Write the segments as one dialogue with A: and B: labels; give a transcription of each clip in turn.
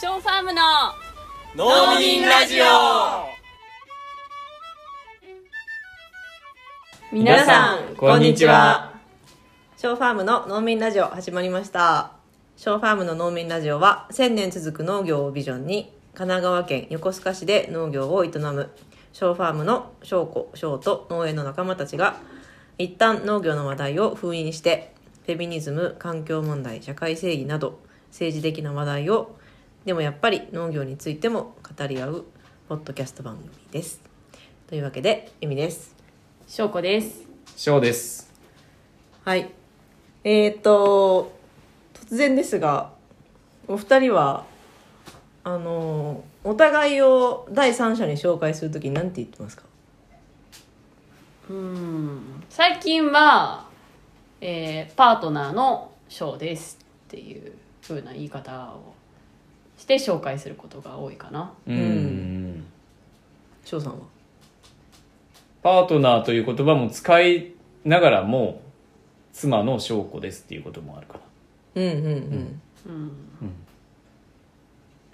A: ショーファームの
B: 農民ラジオ
C: 皆さんこんにちは
D: ショーファームの農民ラジオ始まりましたショーファームの農民ラジオは1000年続く農業をビジョンに神奈川県横須賀市で農業を営むショーファームの翔子翔と農園の仲間たちが一旦農業の話題を封印してフェミニズム環境問題社会正義など政治的な話題をでもやっぱり農業についても語り合うポッドキャスト番組ですというわけでエミです
A: 翔子です
C: 翔です
D: はい。えーっと、突然ですが、お二人は、あの、お互いを第三者に紹介するときなんて言ってますか
A: 最近は、えーパートナーの翔ですっていう風な言い方をして紹介することが多いかな
C: うん、
D: 翔さんは。
C: パートナーという言葉も使いながらも妻の翔子ですっていうこともあるか
D: うんうんうん。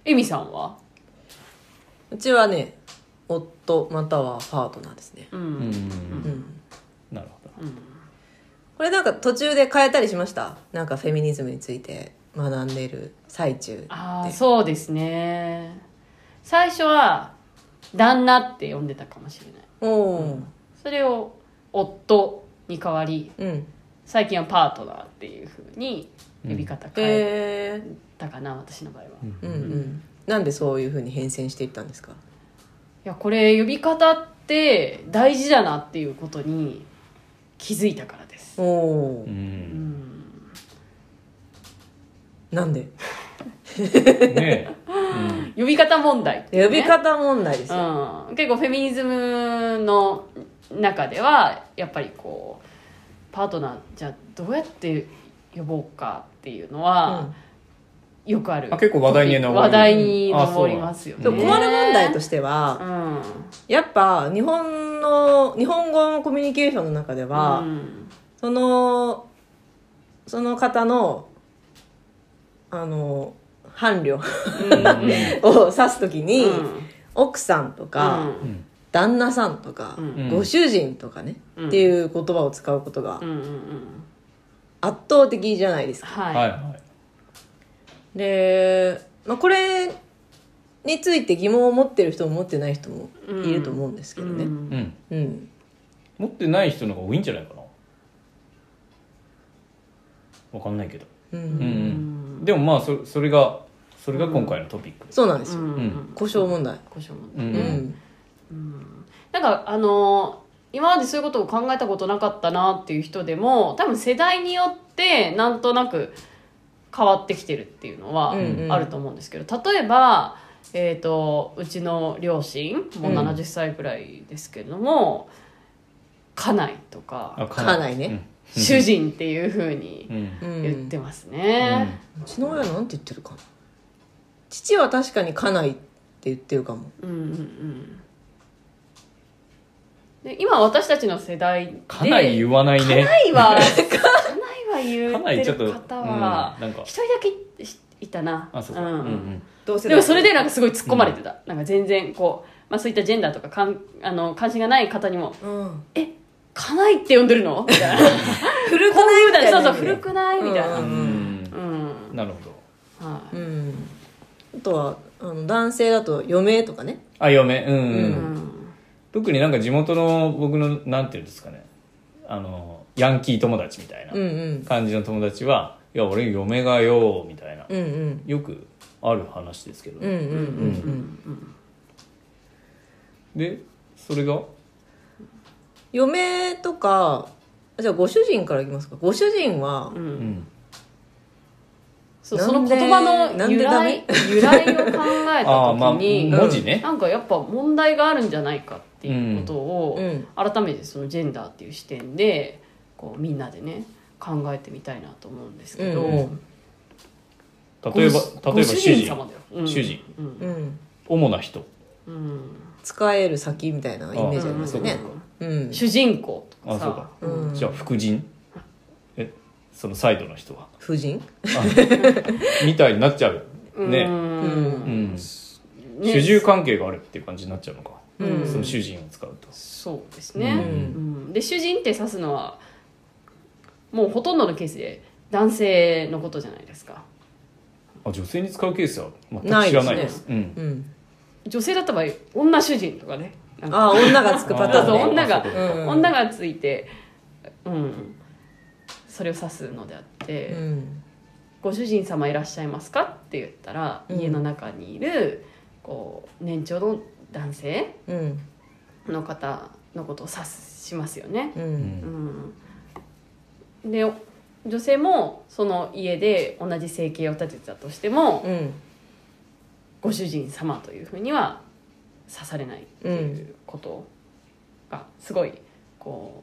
A: エミさんは
D: うちはね、夫またはパートナーですね。
A: うん、
C: なうん、
D: うん。
C: なるほど
D: これなんか途中で変えたりしましたなんかフェミニズムについて学んでる最中。
A: ああそうですね最初は旦那って呼んでたかもしれない
D: おおー。
A: それを夫に代わり
D: うん。
A: 最近はパートナーっていう風に呼び方変え
D: へえ。
A: たかな、私の場合は、い
D: うんうん。なんでそういうふうに変遷していったんですか
A: やこれ呼び方って大事だなっていうことに気づいたからです
D: おお
C: う。ん
D: なんで
C: ねえ、
A: 呼び方問題っていう
D: 呼
A: ね、
D: び方問題ですよ、
A: うん、結構フェミニズムの中ではやっぱりこうパートナーじゃあどうやって呼ぼうかっていうのは、よくある
C: あ結構話題に上る
A: 話題に上りますよ
D: う
A: ね
D: んでも困る問題として
A: う
D: は、
A: ん
D: やっぱ日本の日本語のコミュニケーションの中では、
A: うん
D: そのその方のあの伴侶 を指すときに、
A: うん
D: 奥さんとか、
A: うん
D: 旦那さんとか、
A: うん
D: ご主人とかね、
A: うん
D: っていう言葉を使うことが
A: うんうんうん
D: 圧倒的じゃないですか。
A: はい、
C: はいは
D: で、まあ、これについて疑問を持ってる人も持ってない人もいると思うんですけどね。
C: い、うん、
D: うん
C: 持ってない人の方が多いんじゃないかなわかんないけど、
D: う
C: うん
D: ん
C: うん、でもまあそそれがそれが今回のトピックです、
D: そうなんです
A: う
D: よ、
A: ん
C: うん
D: 故障問題、
A: 故障問題
C: う
D: うんん
A: なんかあのー今までそういうことを考えたことなかったなっていう人でも多分世代によってなんとなく変わってきてるっていうのは
D: うんうん
A: あると思うんですけど、例えば、えー、とうちの両親もう
D: うん
A: 70歳くらいですけれども、家内とか
C: あか
D: 家内ね、
A: 主人っていうふうに
C: うんうん
D: うん
A: 言ってますね。
D: うちの親なんて言ってるかな父は確かに家内って言ってるかも
A: うんうんうんで今私たちの世代で
C: かなり言わないね
A: 家 内は家内
C: か
A: は
C: な
A: 言
C: り
A: っ
C: ち
A: て
C: ょっと、
A: る方は
C: うんなんか
A: 一人だけしいたな
C: あそうか、
A: ん
C: うんうん
D: どうせ
A: でもそれでなんかすごい突っ込まれてた、なんか全然こう、まあ、そういったジェンダーとかかんあの関心がない方にも
D: うん
A: 「え家内って呼んでるの?」みたい な
D: 古
A: こういうだそうそう
D: 古
A: 古くないみたいな
D: う
C: うんん
A: うん、
C: なるほど
A: はい
D: うんあとはあの男性だと余命とかね
C: あ嫁うん、う
A: うんん
C: 特になんか地元の僕のなんていうんですかねあのヤンキー友達みたいな
D: うんうん
C: 感じの友達は「いや俺嫁がよ」みたいな、
D: うんうん
C: よくある話ですけど、
D: うんうんうんうん
C: でそれが
D: 余命とかあじゃあご主人からいきますかご主人は、
A: う
C: う
A: ん
C: ん
A: そう
D: なん
A: その
D: で
A: 言葉の由
D: な
A: 来
D: ん
A: 由来を考え
C: あーま
A: た
C: あ
A: 時に、
C: 文字ね
A: なんかやっぱ問題があるんじゃないかっていうことを、
D: うん
A: 改めてそのジェンダーっていう視点でこうみんなでね考えてみたいなと思うんですけど、
D: うんう
C: 例えば
A: ご
C: 例えば主
A: 主
C: 人
A: 人様だよ、うん
C: 主人
A: うん
D: うん、
C: 主な人
A: うん
D: 使える先みたいなイメージありますよねうん
A: 主人公とか
C: あ
A: さ
C: そうか、
D: うん
C: じゃあ副人えそのサイドの人は
D: 夫人
C: あみたいになっちゃうね
A: うん
C: うん
A: ね
C: 主従関係があるっていう感じになっちゃうのか、
A: うん
C: その主人を使うと
A: そうです
C: う
A: ね、うんんで主人って指すのはもうほとんどのケースで男性のことじゃないですか
C: あ女性に使うケースは全く
D: ない
C: 知
D: で
C: ら
D: すね
C: ないですうん
D: うん、
A: 女性だった場合女主人とかねなんか
D: ああ女がつくパターン
A: そう
D: ね
A: そう女が
C: あそういうことか
D: うん
A: 女がついて、うん、それを指すのであって、
D: うん
A: ご主人様いらっしゃいますか?」って言ったら、
D: うん
A: 家の中にいるこう年長の男性
D: うん
A: の方のことを指すしますよね。
D: う
C: うんん
A: うん、で女性もその家で同じ生計を立てたとしても、
D: うん
A: ご主人様というふうには刺されないっていうことがすごいこ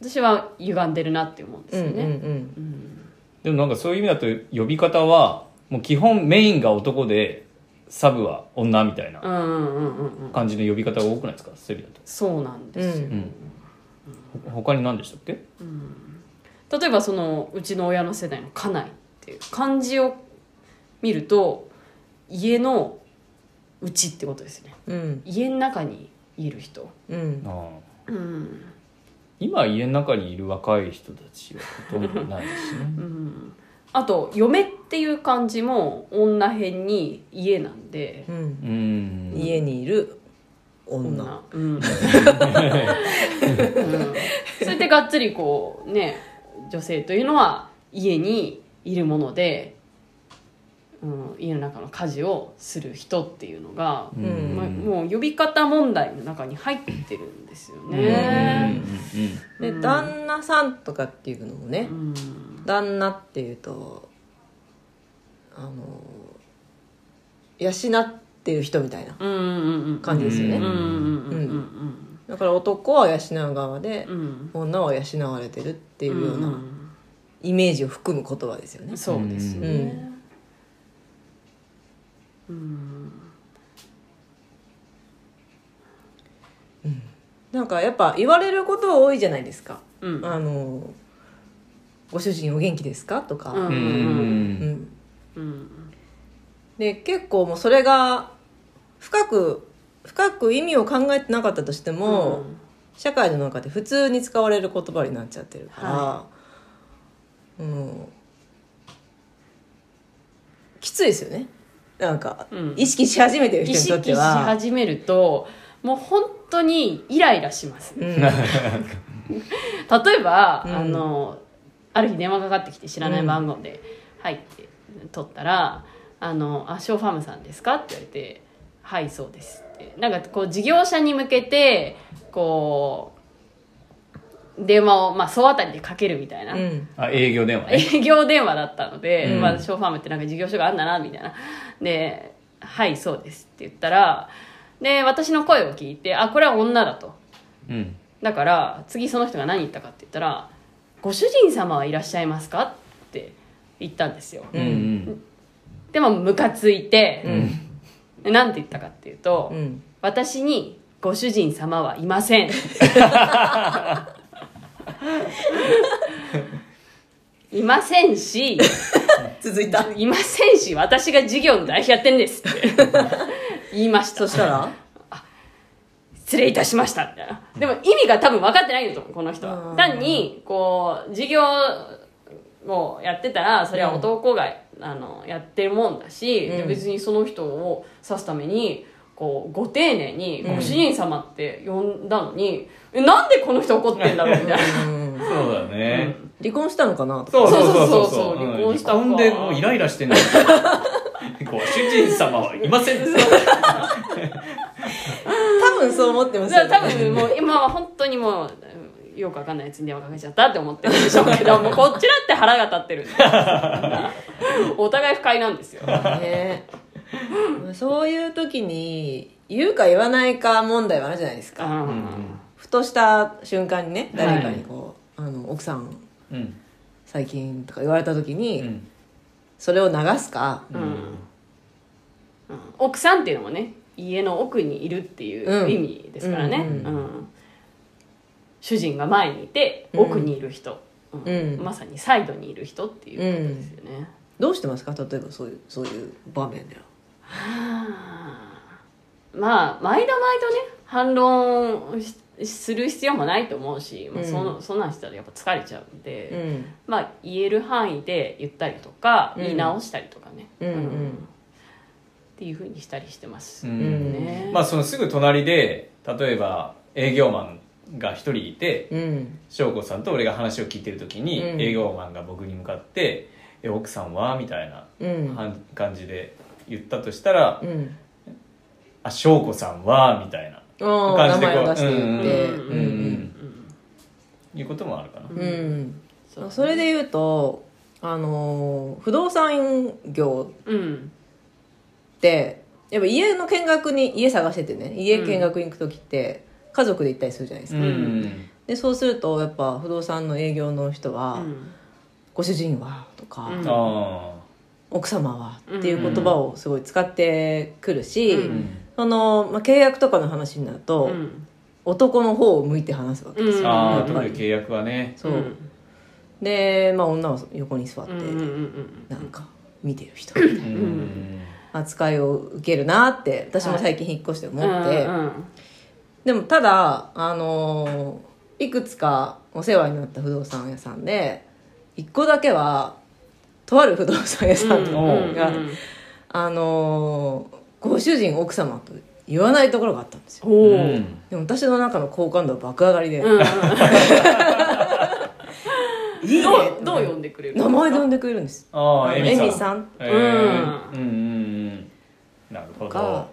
A: う私は歪んでるなって思うんです
D: うん
A: よ
D: うんう
A: ね。
D: ん
A: うん
C: でもなんかそういう意味だと呼び方はもう基本メインが男でサブは女みたいな
A: うんうんうんうんうん
C: 感じの呼び方が多くないですかセリだと、
A: そうなんですよ、
D: う
C: うん、ほ他に何でしたっけ
A: 例えばそのうちの親の世代の家内っていう漢字を見ると家のうちってことですね
D: うん
A: 家の中にいる人
D: うん
C: ああ
A: うん、
C: 今家の中にいる若い人たちはほとんどいないです ね
A: うん、あと嫁っていう漢字も女編に家なんで
D: うん
C: うん
D: 家にいる女
A: うんうんそれでがっつりこうね女性というのは家にいるもので、うん、家の中の家事をする人っていうのが、
C: うん
D: うん
A: まあもう呼び方問題の中に入ってるんですよね。
C: う
D: で旦那さんとかっていうのもね
A: うん
D: 旦那っていうとあの養っていう人みたいな
A: うんうんうん
D: 感じですよね、
A: うんうんうんうん
D: だから男は養う側で
A: うんうん
D: 女は養われてるっていうよう
A: うん
D: なイメージを含む言葉ですよね、
A: そうですね、
D: なんかやっぱ言われること多いじゃないですか、
A: うん
D: あのご主人お元気ですかとか、
A: うん
C: ん
A: うん
D: うんん
A: うん
D: で結構もうそれが深く深く意味を考えてなかったとしても、
A: うん
D: 社会の中で普通に使われる言葉になっちゃってるから、
A: は
D: うん、きついですよねなんか、
A: うん
D: 意識し始めてる
A: 意
D: 人にとっ
A: 識
D: て
A: し
D: は
A: 始めるともう本当にイライラします
D: うん
A: 例えば、
D: うん
A: あのある日電話かかってきて知らない番号で「はい」って取ったら「あのあショーファームさんですか?」って言われて「はいそうです」ってなんかこう事業者に向けてこう電話を、まあ、総当たりでかけるみたいな、
D: うん
C: あ営業電話ね
A: 営業電話だったので、
C: うん
A: まあ、ショーファームってなんか事業所があんだなみたいなで「はいそうです」って言ったらで私の声を聞いて「あこれは女だ」と。
C: うん
A: だから次その人が何言ったかって言ったら「ご主人様はいらっしゃいますか?」って言ったんですよ、
C: うんうん
A: でもムカついて
D: う、ん
A: でなんて言ったかっていうと、
D: うん
A: 私に「ご主人様はいません」いませんし
D: 続いた
A: いませんし私が事業の代表やってんですっ て言いました
D: そしたら
A: 失礼いたしましたみたいなでも意味が多分分かってないんだと思うこの人
D: う
A: は
D: ん
A: 単にこう事業をやってたらそれは男が、あのやってるもんだし、
D: うん
A: で別にその人を指すためにこうご丁寧に
D: うん
A: ご主人様って呼んだのに、えなんでこの人怒ってんだろうみたいな
D: うん
C: そうだね
D: 離婚したのかなとか
C: そうそうそう
A: そうそう
C: そ
A: そう
C: う
A: 離
C: うん
A: 婚した
C: 離婚でもうイライラしてんだご主人様はいません
D: 多分そう思ってます
A: じゃあ
D: よ、ね、
A: 多分もう今は本当にもううんよくわかんないやつに電話かけちゃったって思ってるんでしょうけ どもうこっちだって腹が立ってるんで お互い不快なんですよ
D: ねそういう時に言うか言わないか問題はあるじゃないですか
A: あー
D: ふとした瞬間にね
A: はい
D: 誰かにこう、あの奥さん
C: うん
D: 最近とか言われた時に、
C: うん
D: それを流すか、
A: うんうん奥さんっていうのもね家の奥にいるっていう意味ですからね、
D: うん
A: うん主人が前にいて
D: うん
A: 奥にいる人、うん
D: うん
A: まさにサイドにいる人っていうことですよね、
D: どうしてますか例えばそういうそういう場面では
A: まあ毎度毎度ね反論をしする必要もないと思うし、まあ、そのそんなんしたらやっぱ疲れちゃうんで、
D: うん
A: まあ言える範囲で言ったりとか、
D: うん
A: 言い直したりとかね、
D: うんうん
A: っていうふうにしたりしてます、
C: うん
A: ね、
C: まあそのすぐ隣で例えば営業マンが一人いて
D: うん
C: 翔子さんと俺が話を聞いてる時に、
D: うん
C: 営業マンが僕に向かって「え奥さんは?」みたいな
D: うん
C: はん感じで言ったとしたら
D: うん
C: 「あ翔子さんは?」みたいな
D: ああ
C: 感
D: 名
C: じでこ
D: 前
C: う
D: を出して言って
A: うん
C: うん
A: うんうん
C: いうこともあるかな、
D: うん、うん
A: そ
D: あそれで言うとあのー不動産業
A: うん
D: ってやっぱ家の見学に家探しててね家見学に行く時って家族で行ったりするじゃないですか、
C: うん
D: でそうするとやっぱ不動産の営業の人は「
A: うん
D: ご主人は?」とか、
A: うん
C: あ
D: 奥様は?」っていう言葉をすごい使ってくるし、
C: あ、
A: うん
D: その、まあ、契約とかの話になると、
A: うん
D: 男の方を向いて話すわけですよ、
C: あ
D: や
C: あ
D: っ
C: 特
D: ぱ
C: に
D: り
C: 契約はね
D: そう、
A: うん
D: で、まあ、女は横に座って、
A: うんうんうん
D: なんか見てる人
C: うん
D: 扱いを受けるなって私も最近引っ越して思
A: うん
D: って、
A: うん
D: でもただあのーいくつかお世話になった不動産屋さんで一個だけはとある不動産屋さん
C: うん
D: が、あのーご主人奥様と言わないところがあったんですよ
A: おお
C: う
A: うん
C: ん
D: でも私の中の好感度は爆上がりで、
A: うん
D: いいね
A: どうどう呼んでくれる
D: 名前で呼ん
A: で
D: でくれるんです
C: あ
D: あ
C: あ
D: の
C: エミさん
D: さん
C: えーうんうんうんなる
D: と
C: ほど
D: か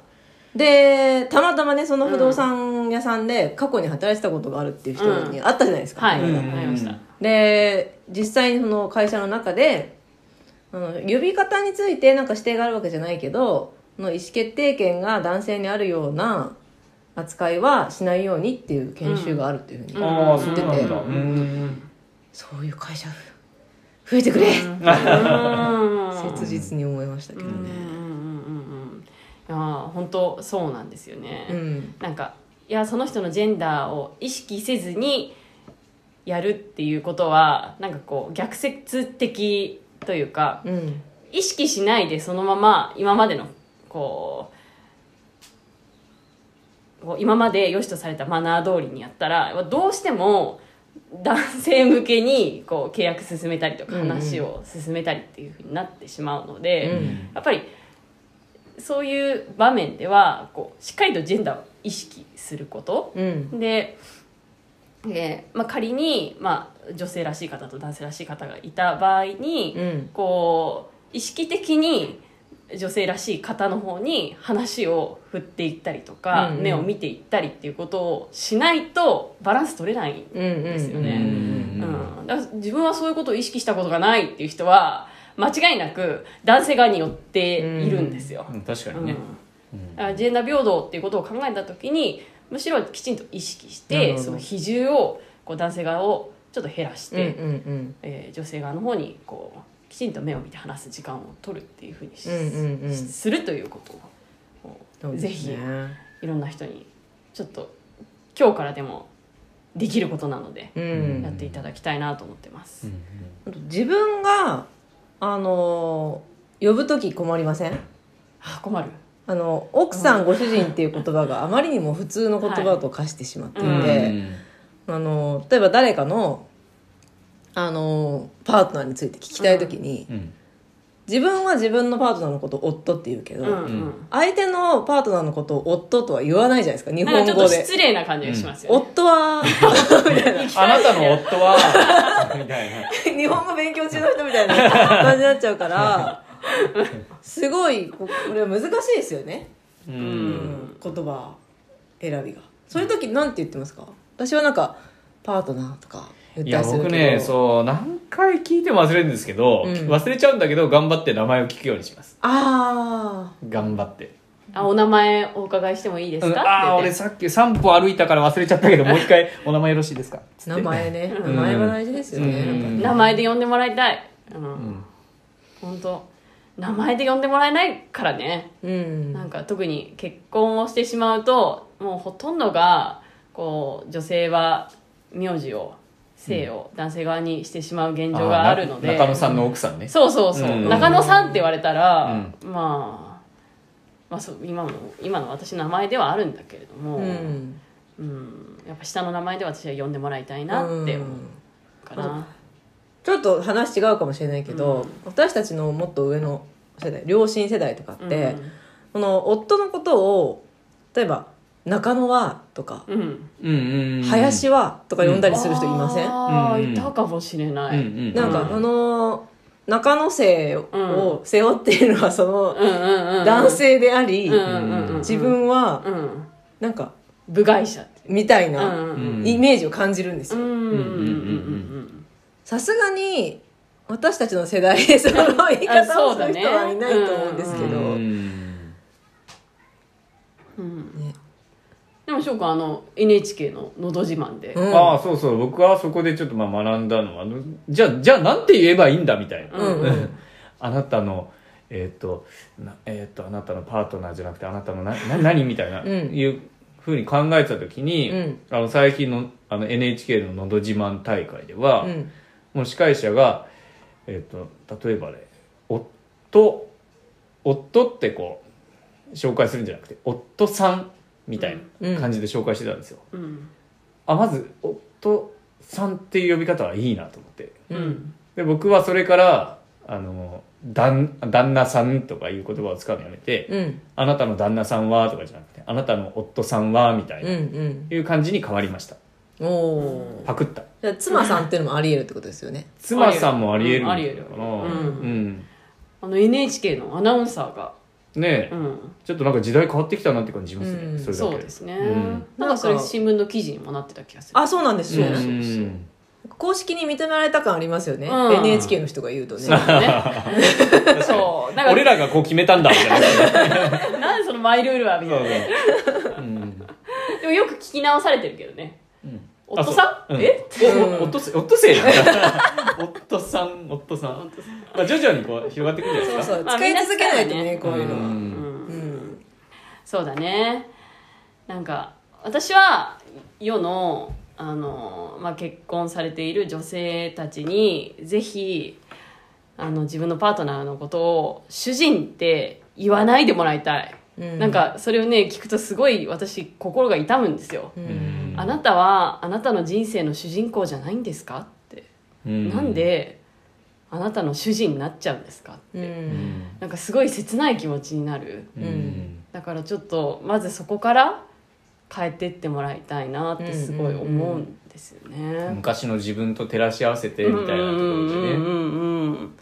D: でたまたまねその不動産屋さんで過去に働いてたことがあるっていう人に会ったじゃないですか、
A: はい
C: うんうん
A: わかりました
D: で実際にその会社の中であの呼び方についてなんか指定があるわけじゃないけどその意思決定権が男性にあるような扱いはしないようにっていう研修があるっていうふうに、
A: うん
C: ああそう
D: 出て
C: なんだ
A: う
C: うん
D: そういう会社増えてく
A: う
D: れ、
A: ん
D: 切実に思いましたけど
A: うんうん
D: ね
A: うんうんいやー本当そうなんですよね、
D: うん
A: なんかいやその人のジェンダーを意識せずにやるっていうことはなんかこう逆説的というか
D: うん
A: 意識しないでそのまま今までのこうこう今まで良しとされたマナー通りにやったらどうしても男性向けにこう契約進めたりとか
D: うんうん
A: 話を進めたりっていうふうになってしまうので、
D: うん
A: やっぱりそういう場面ではこうしっかりとジェンダーを意識すること
D: うん
A: で、えーまあ、仮に、まあ、女性らしい方と男性らしい方がいた場合に、
D: うん
A: こう意識的に女性らしい方の方に話を振っていったりとか、
D: うんうん
A: 目を見ていったりっていうことをしないとバランス取れない、
D: うんうん
A: ですよ
C: う
A: ねうんんだから自分はそういうことを意識したことがないっていう人は間違いなく男性側によっているんですよ。
C: うん確か
A: う
C: に
A: ん
C: ね
A: だからジェンダー平等っていうことを考えた時にむしろきちんと意識して
D: なるほど
A: その比重をこう男性側をちょっと減らし
D: うん
A: て、
D: うん
A: えー女性側の方にこうきちんと目を見て話す時間を取るっていうふうにし、
D: うんうんうん
A: しするということをこう
D: そうです
A: ぜ
D: ね
A: ひいろんな人にちょっと今日からでもできることなので
D: う
C: うん
D: ん
A: やっていただきたいなと思ってます。
C: うん
D: あと自分があの呼ぶ時困りません
A: あ困る、
D: あの奥さんご主人っていう言葉があまりにも普通の言葉と化してしまっていて、
A: はいで
D: あの例えば誰かのあのパートナーについて聞きたい時に、
C: うん
D: 自分は自分のパートナーのことを夫って言うけど、
A: うんう、
C: うん
D: 相手のパートナーのことを夫とは言わないじゃないですか日
A: なん
D: 本
A: かちょ
D: 語
A: っと
D: で。
A: 失礼な感じがしますよね。
D: 夫は
C: あなたの夫は みたいな
D: 日本語勉強中の人みたいな感じになっちゃ うからすごいここれは難しいですよね。
C: う
D: うんん言葉選びがそういう時なんて言ってますか私はなんかパートナーとか言っ
C: い
D: た
C: や
D: りするけ
C: 僕
D: ど
C: ねそう何回聞いても忘れるんですけど、
D: うん
C: 忘れちゃうんだけど頑張って名前を聞くようにします
D: あ
C: 頑張って
A: あお名前お伺いしてもいいですか、
C: う
A: っ
C: ん
A: て
C: ああ
A: 言
C: 俺
A: って
C: さっき散歩歩いたから忘れちゃったけどもう一回お名前よろしいですか
D: あ名前ね
A: う
D: 名
A: ん
D: 前は大事ですよね、
C: うん
D: なんか
A: 名前で呼んでもらいたい。うん
C: うん
A: 本当名前で呼んでもらえないからね
D: うん
A: なんか特に結婚をしてしまうともうほとんどがこう女性は名字を性を男性側にしてしまう現状があるので、
C: な中野さんの奥さんね
A: そうそうそう、
C: うん
A: 中野さんって言われたら、まあまあそう今の今の私の名前ではあるんだけれども、
D: うん
A: うんやっぱ下の名前で私は呼んでもらいたいなって思うかな、
D: ちょっと話違うかもしれないけど、私たちのもっと上の世代両親世代とか
A: う
D: っ
A: ん、
D: て、この夫のことを例えば「中野は」とか
A: うん、うん
C: うんうんうん
D: 「林は」とか呼んだりする人いません、
A: あ
C: うん
A: ーいたかもしれない、
C: うんうん
D: なんかその中野生を背負っているのはその
A: うんうんうんうん
D: 男性であり、
A: うんうんうんうん
D: 自分は
A: うん
D: なんか
A: 部外者って
D: みたいうなん
A: うんうん
C: ん
D: イメージを感じるんです
A: う
D: よ
A: んうんうん
D: さすがに私たちの世代でその言い方をする人はいないと思うんですけ
C: う
D: ど、
C: ん
A: うんうん
D: ね
A: でも翔くんあの NHK の「のど自慢で」
D: うん
C: ああそうそう僕はそこでちょっとまあ学んだのはあのじゃあじゃあなんて言えばいいんだみたいな、
D: うんうん
C: あなたのえーっとなえーっとあなたのパートナーじゃなくてあなたのな な何みたいな、
D: うん
C: いうふうに考えてた時に、
D: うん
C: あの最近のあの NHK の「のど自慢」大会では、
D: うん
C: もう司会者が、えー、と例えばね夫夫ってこう紹介するんじゃなくて夫さんみたいな感じで紹介してたんですよ、
A: うん
C: あまず夫さんっていう呼び方はいいなと思って
A: う
D: うんん
C: で僕はそれからあの旦旦那さんとかいう言葉を使うのやめて、
D: うん
C: あなたの旦那さんはとかじゃなくてあなたの夫さんはみたい
D: うん
C: な、いう感じに変わりました
D: うんおー
C: パクった
D: じゃあ妻さんっていうのもありえるってことですよね
C: 妻さんもありえる
A: ありえる
C: のかな
A: うん
C: うん
A: あの NHK のアナウンサーが、
C: ね
A: う
C: え、
A: ん、
C: ちょっとなんか時代変わってきたなって感じしますね、
D: うん
C: それだ
A: そ
C: け
A: うですね、
C: うん
A: なんかそれ新聞の記事にもなってた気がする
D: あそうなんですよ、
A: そうそうそうん
D: 公式に認められた感ありますよね、
A: うん
D: NHK の人が言うとね
A: ねそうなんか
C: 俺らがこう決めたんだみたいな
A: なんでそのマイルールはみたいな
C: うん
A: でもよく聞き直されてるけどね
C: うん
A: 夫さ
C: あそ
A: ん
C: う
A: え
D: うん
C: おお夫せ夫せいなんだ夫さん夫さん、まあ、徐々にこう広がってくるんじゃない
D: そう
C: ですか
D: そう
A: まあ
D: 使い続けないとね,、
A: みんな使
D: こういうのは、
C: う
A: うんん
D: うん
A: そうだねなんか私は世のあの、まあ、結婚されている女性たちにぜひあの自分のパートナーのことを「主人」って言わないでもらいたい、
D: うん
A: なんかそれをね聞くとすごい私心が痛むんですよ、
C: うん
A: あなたはあなたの人生の主人公じゃないんですかって、
C: うん
A: なんであなたの主人になっちゃうんですかって、
D: うん
C: うん
A: なんかすごい切ない気持ちになる
C: うん
A: だからちょっとまずそこから変えてってもらいたいなってすごい思うんですよね。
C: 昔の自分と照らし合わせてみたいなところでね、
A: うんうんうんうん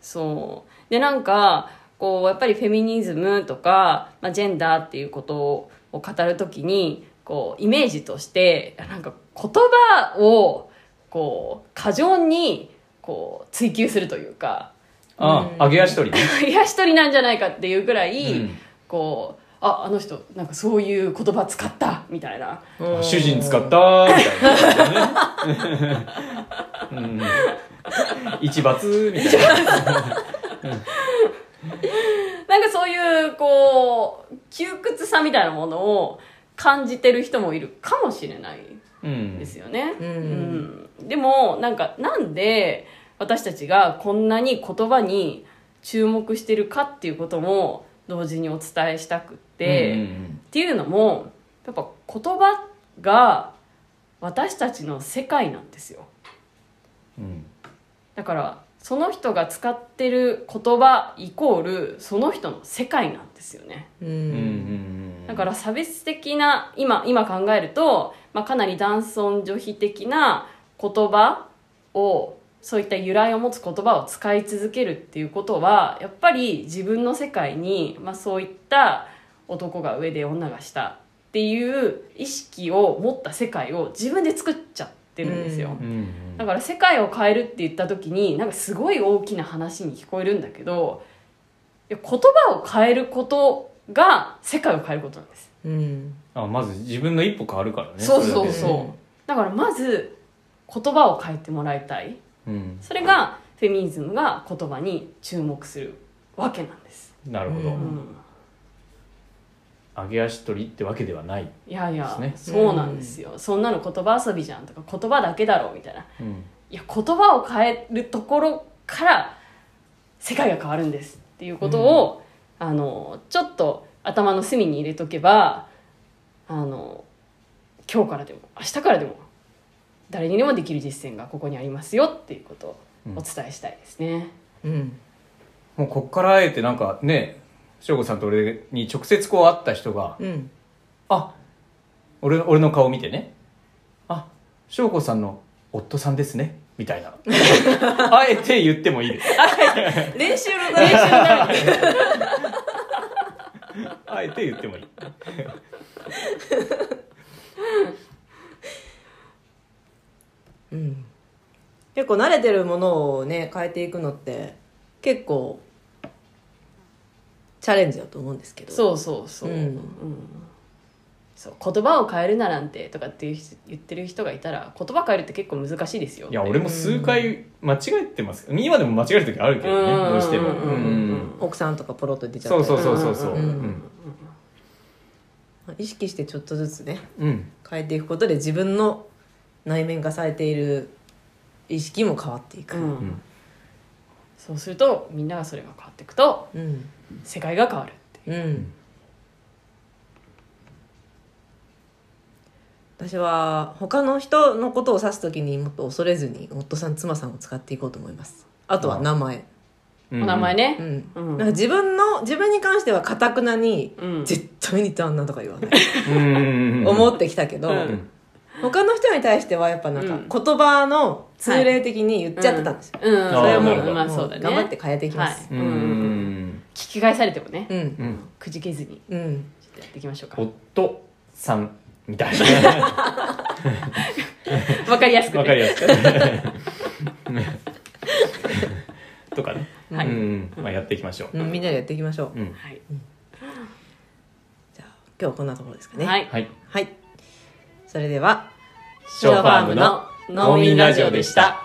A: そうでなんかこうやっぱりフェミニズムとか、まあ、ジェンダーっていうことを語るときにこうイメージとしてなんか言葉をこう過剰にこう追求するというか
C: ああ揚げ足取りね、
A: 癒やしとりなんじゃないかっていうぐらい、
C: うん
A: こうああの人なんかそういう言葉使ったみたいな
C: あ主人使ったーみたいな感じ でね、うん、一罰みたいな
A: なんかそういうこう窮屈さみたいなものを感じてる人もいるかもしれない
C: うん
A: ですよね、
D: うん
A: うんでもなんかなんで私たちがこんなに言葉に注目してるかっていうことも同時にお伝えしたくって、
C: うん
A: っていうのもやっぱ言葉が私たちの世界なんですよ
C: うんうん
A: だからその人が使ってる言葉イコールその人の世界なんですよね
D: う
C: うんうん
D: ん
C: うん
A: だから差別的な今今考えると、まあ、かなり男尊女卑的な言葉をそういった由来を持つ言葉を使い続けるっていうことはやっぱり自分の世界に、まあ、そういった男が上で女が下っていう意識を持った世界を自分で作っちゃってるんですよ。
D: うん
C: うんうん
A: だから世界を変えるって言った時になんかすごい大きな話に聞こえるんだけどいや言葉を変えることが世界を変えることなんです、
D: うん
C: あまず自分の一歩変わるからね
A: そうそう
C: れ
A: そ
C: だ
A: う、
D: うん
A: だからまず言葉を変えてもらいたい
C: けでうん、
A: それがフェミニズムが言葉に注目するわけなんです、
C: なるほど、
D: う
A: うんん
C: 揚げ足取りってわけではない、
A: いやいや、
C: です
A: そうなんですよ、そんなの言葉遊びじゃんとか言葉だけだろうみたいな
C: うん、
A: いや言葉を変えるところから世界が変わるんですっていうことを、あのちょっと頭の隅に入れとけばあの今日からでも明日からでも誰にでもできる実践がここにありますよっていうことをお伝えしたいですね。
D: うん
C: もうこっからあえてなんかね翔吾さんと俺に直接こう会った人が
D: うん
C: あ俺俺の顔見てねあ翔子さんの夫さんですねみたいな あえて言ってもいいです
A: 練習に
D: 練習の
A: なる
C: あえて言ってもいい
D: うん結構慣れてるものをね変えていくのって結構チャレンジだと思うんですけど
A: そうそうそう、
D: うん
A: うんそう言葉を変えるななんてとかっていう人言ってる人がいたら言葉変えるって結構難しいですよっ
C: い
A: て
C: や俺も数回間違えてますけど今でも間違える時あるけど
A: うん
C: ねどうしても
A: うんうん
C: うん
D: 奥さんとかポロッと出ちゃった
C: そ
D: り
C: うそうそうそうそううん
A: うん
C: う
D: うん
C: ん
D: まあ意識してちょっとずつね
C: うん
D: 変えていくことで自分の内面化されている意識も変わっていく、
A: うん
C: ん
A: そうするとみんながそれが変わっていくと
D: うん
A: 世界が変わるっていう
D: うん私は他の人のことを指す時にもっと恐れずに夫さん妻さんを使っていこうと思いますあとは名前
C: うん
A: お名前
D: う
A: ね
D: ん、
A: うん
D: なんか自分の自分に関してはかたくなに、
A: うん
D: 絶対に旦那とか言わない
C: うんうんうんう ん
D: 思ってきたけど、
A: うん
D: 他の人に対してはやっぱなんか言葉の通例的に言っちゃってたんですよ、
A: うん
C: あ
A: それは
C: ー
A: も
C: なるほ
A: う
C: ど
A: まあそうだね
D: 頑張って変えていきます、
C: うんうん
A: 聞き返されてもね
D: うん
C: うん
A: くじけずに
D: うん
A: ちょっとやっていきましょうか
C: 夫さんみたいな
A: わかりやすく
C: わかり
A: ね
C: やすくとかね
A: はい
C: うんうんまあやっていきましょう
D: うんみんなでやっていきましょう、
C: うん
A: はい
D: じゃあ今日はこんなところですかね
A: はい
C: はい
D: はい、それでは
C: ショーファームの
A: 農民ラジオでした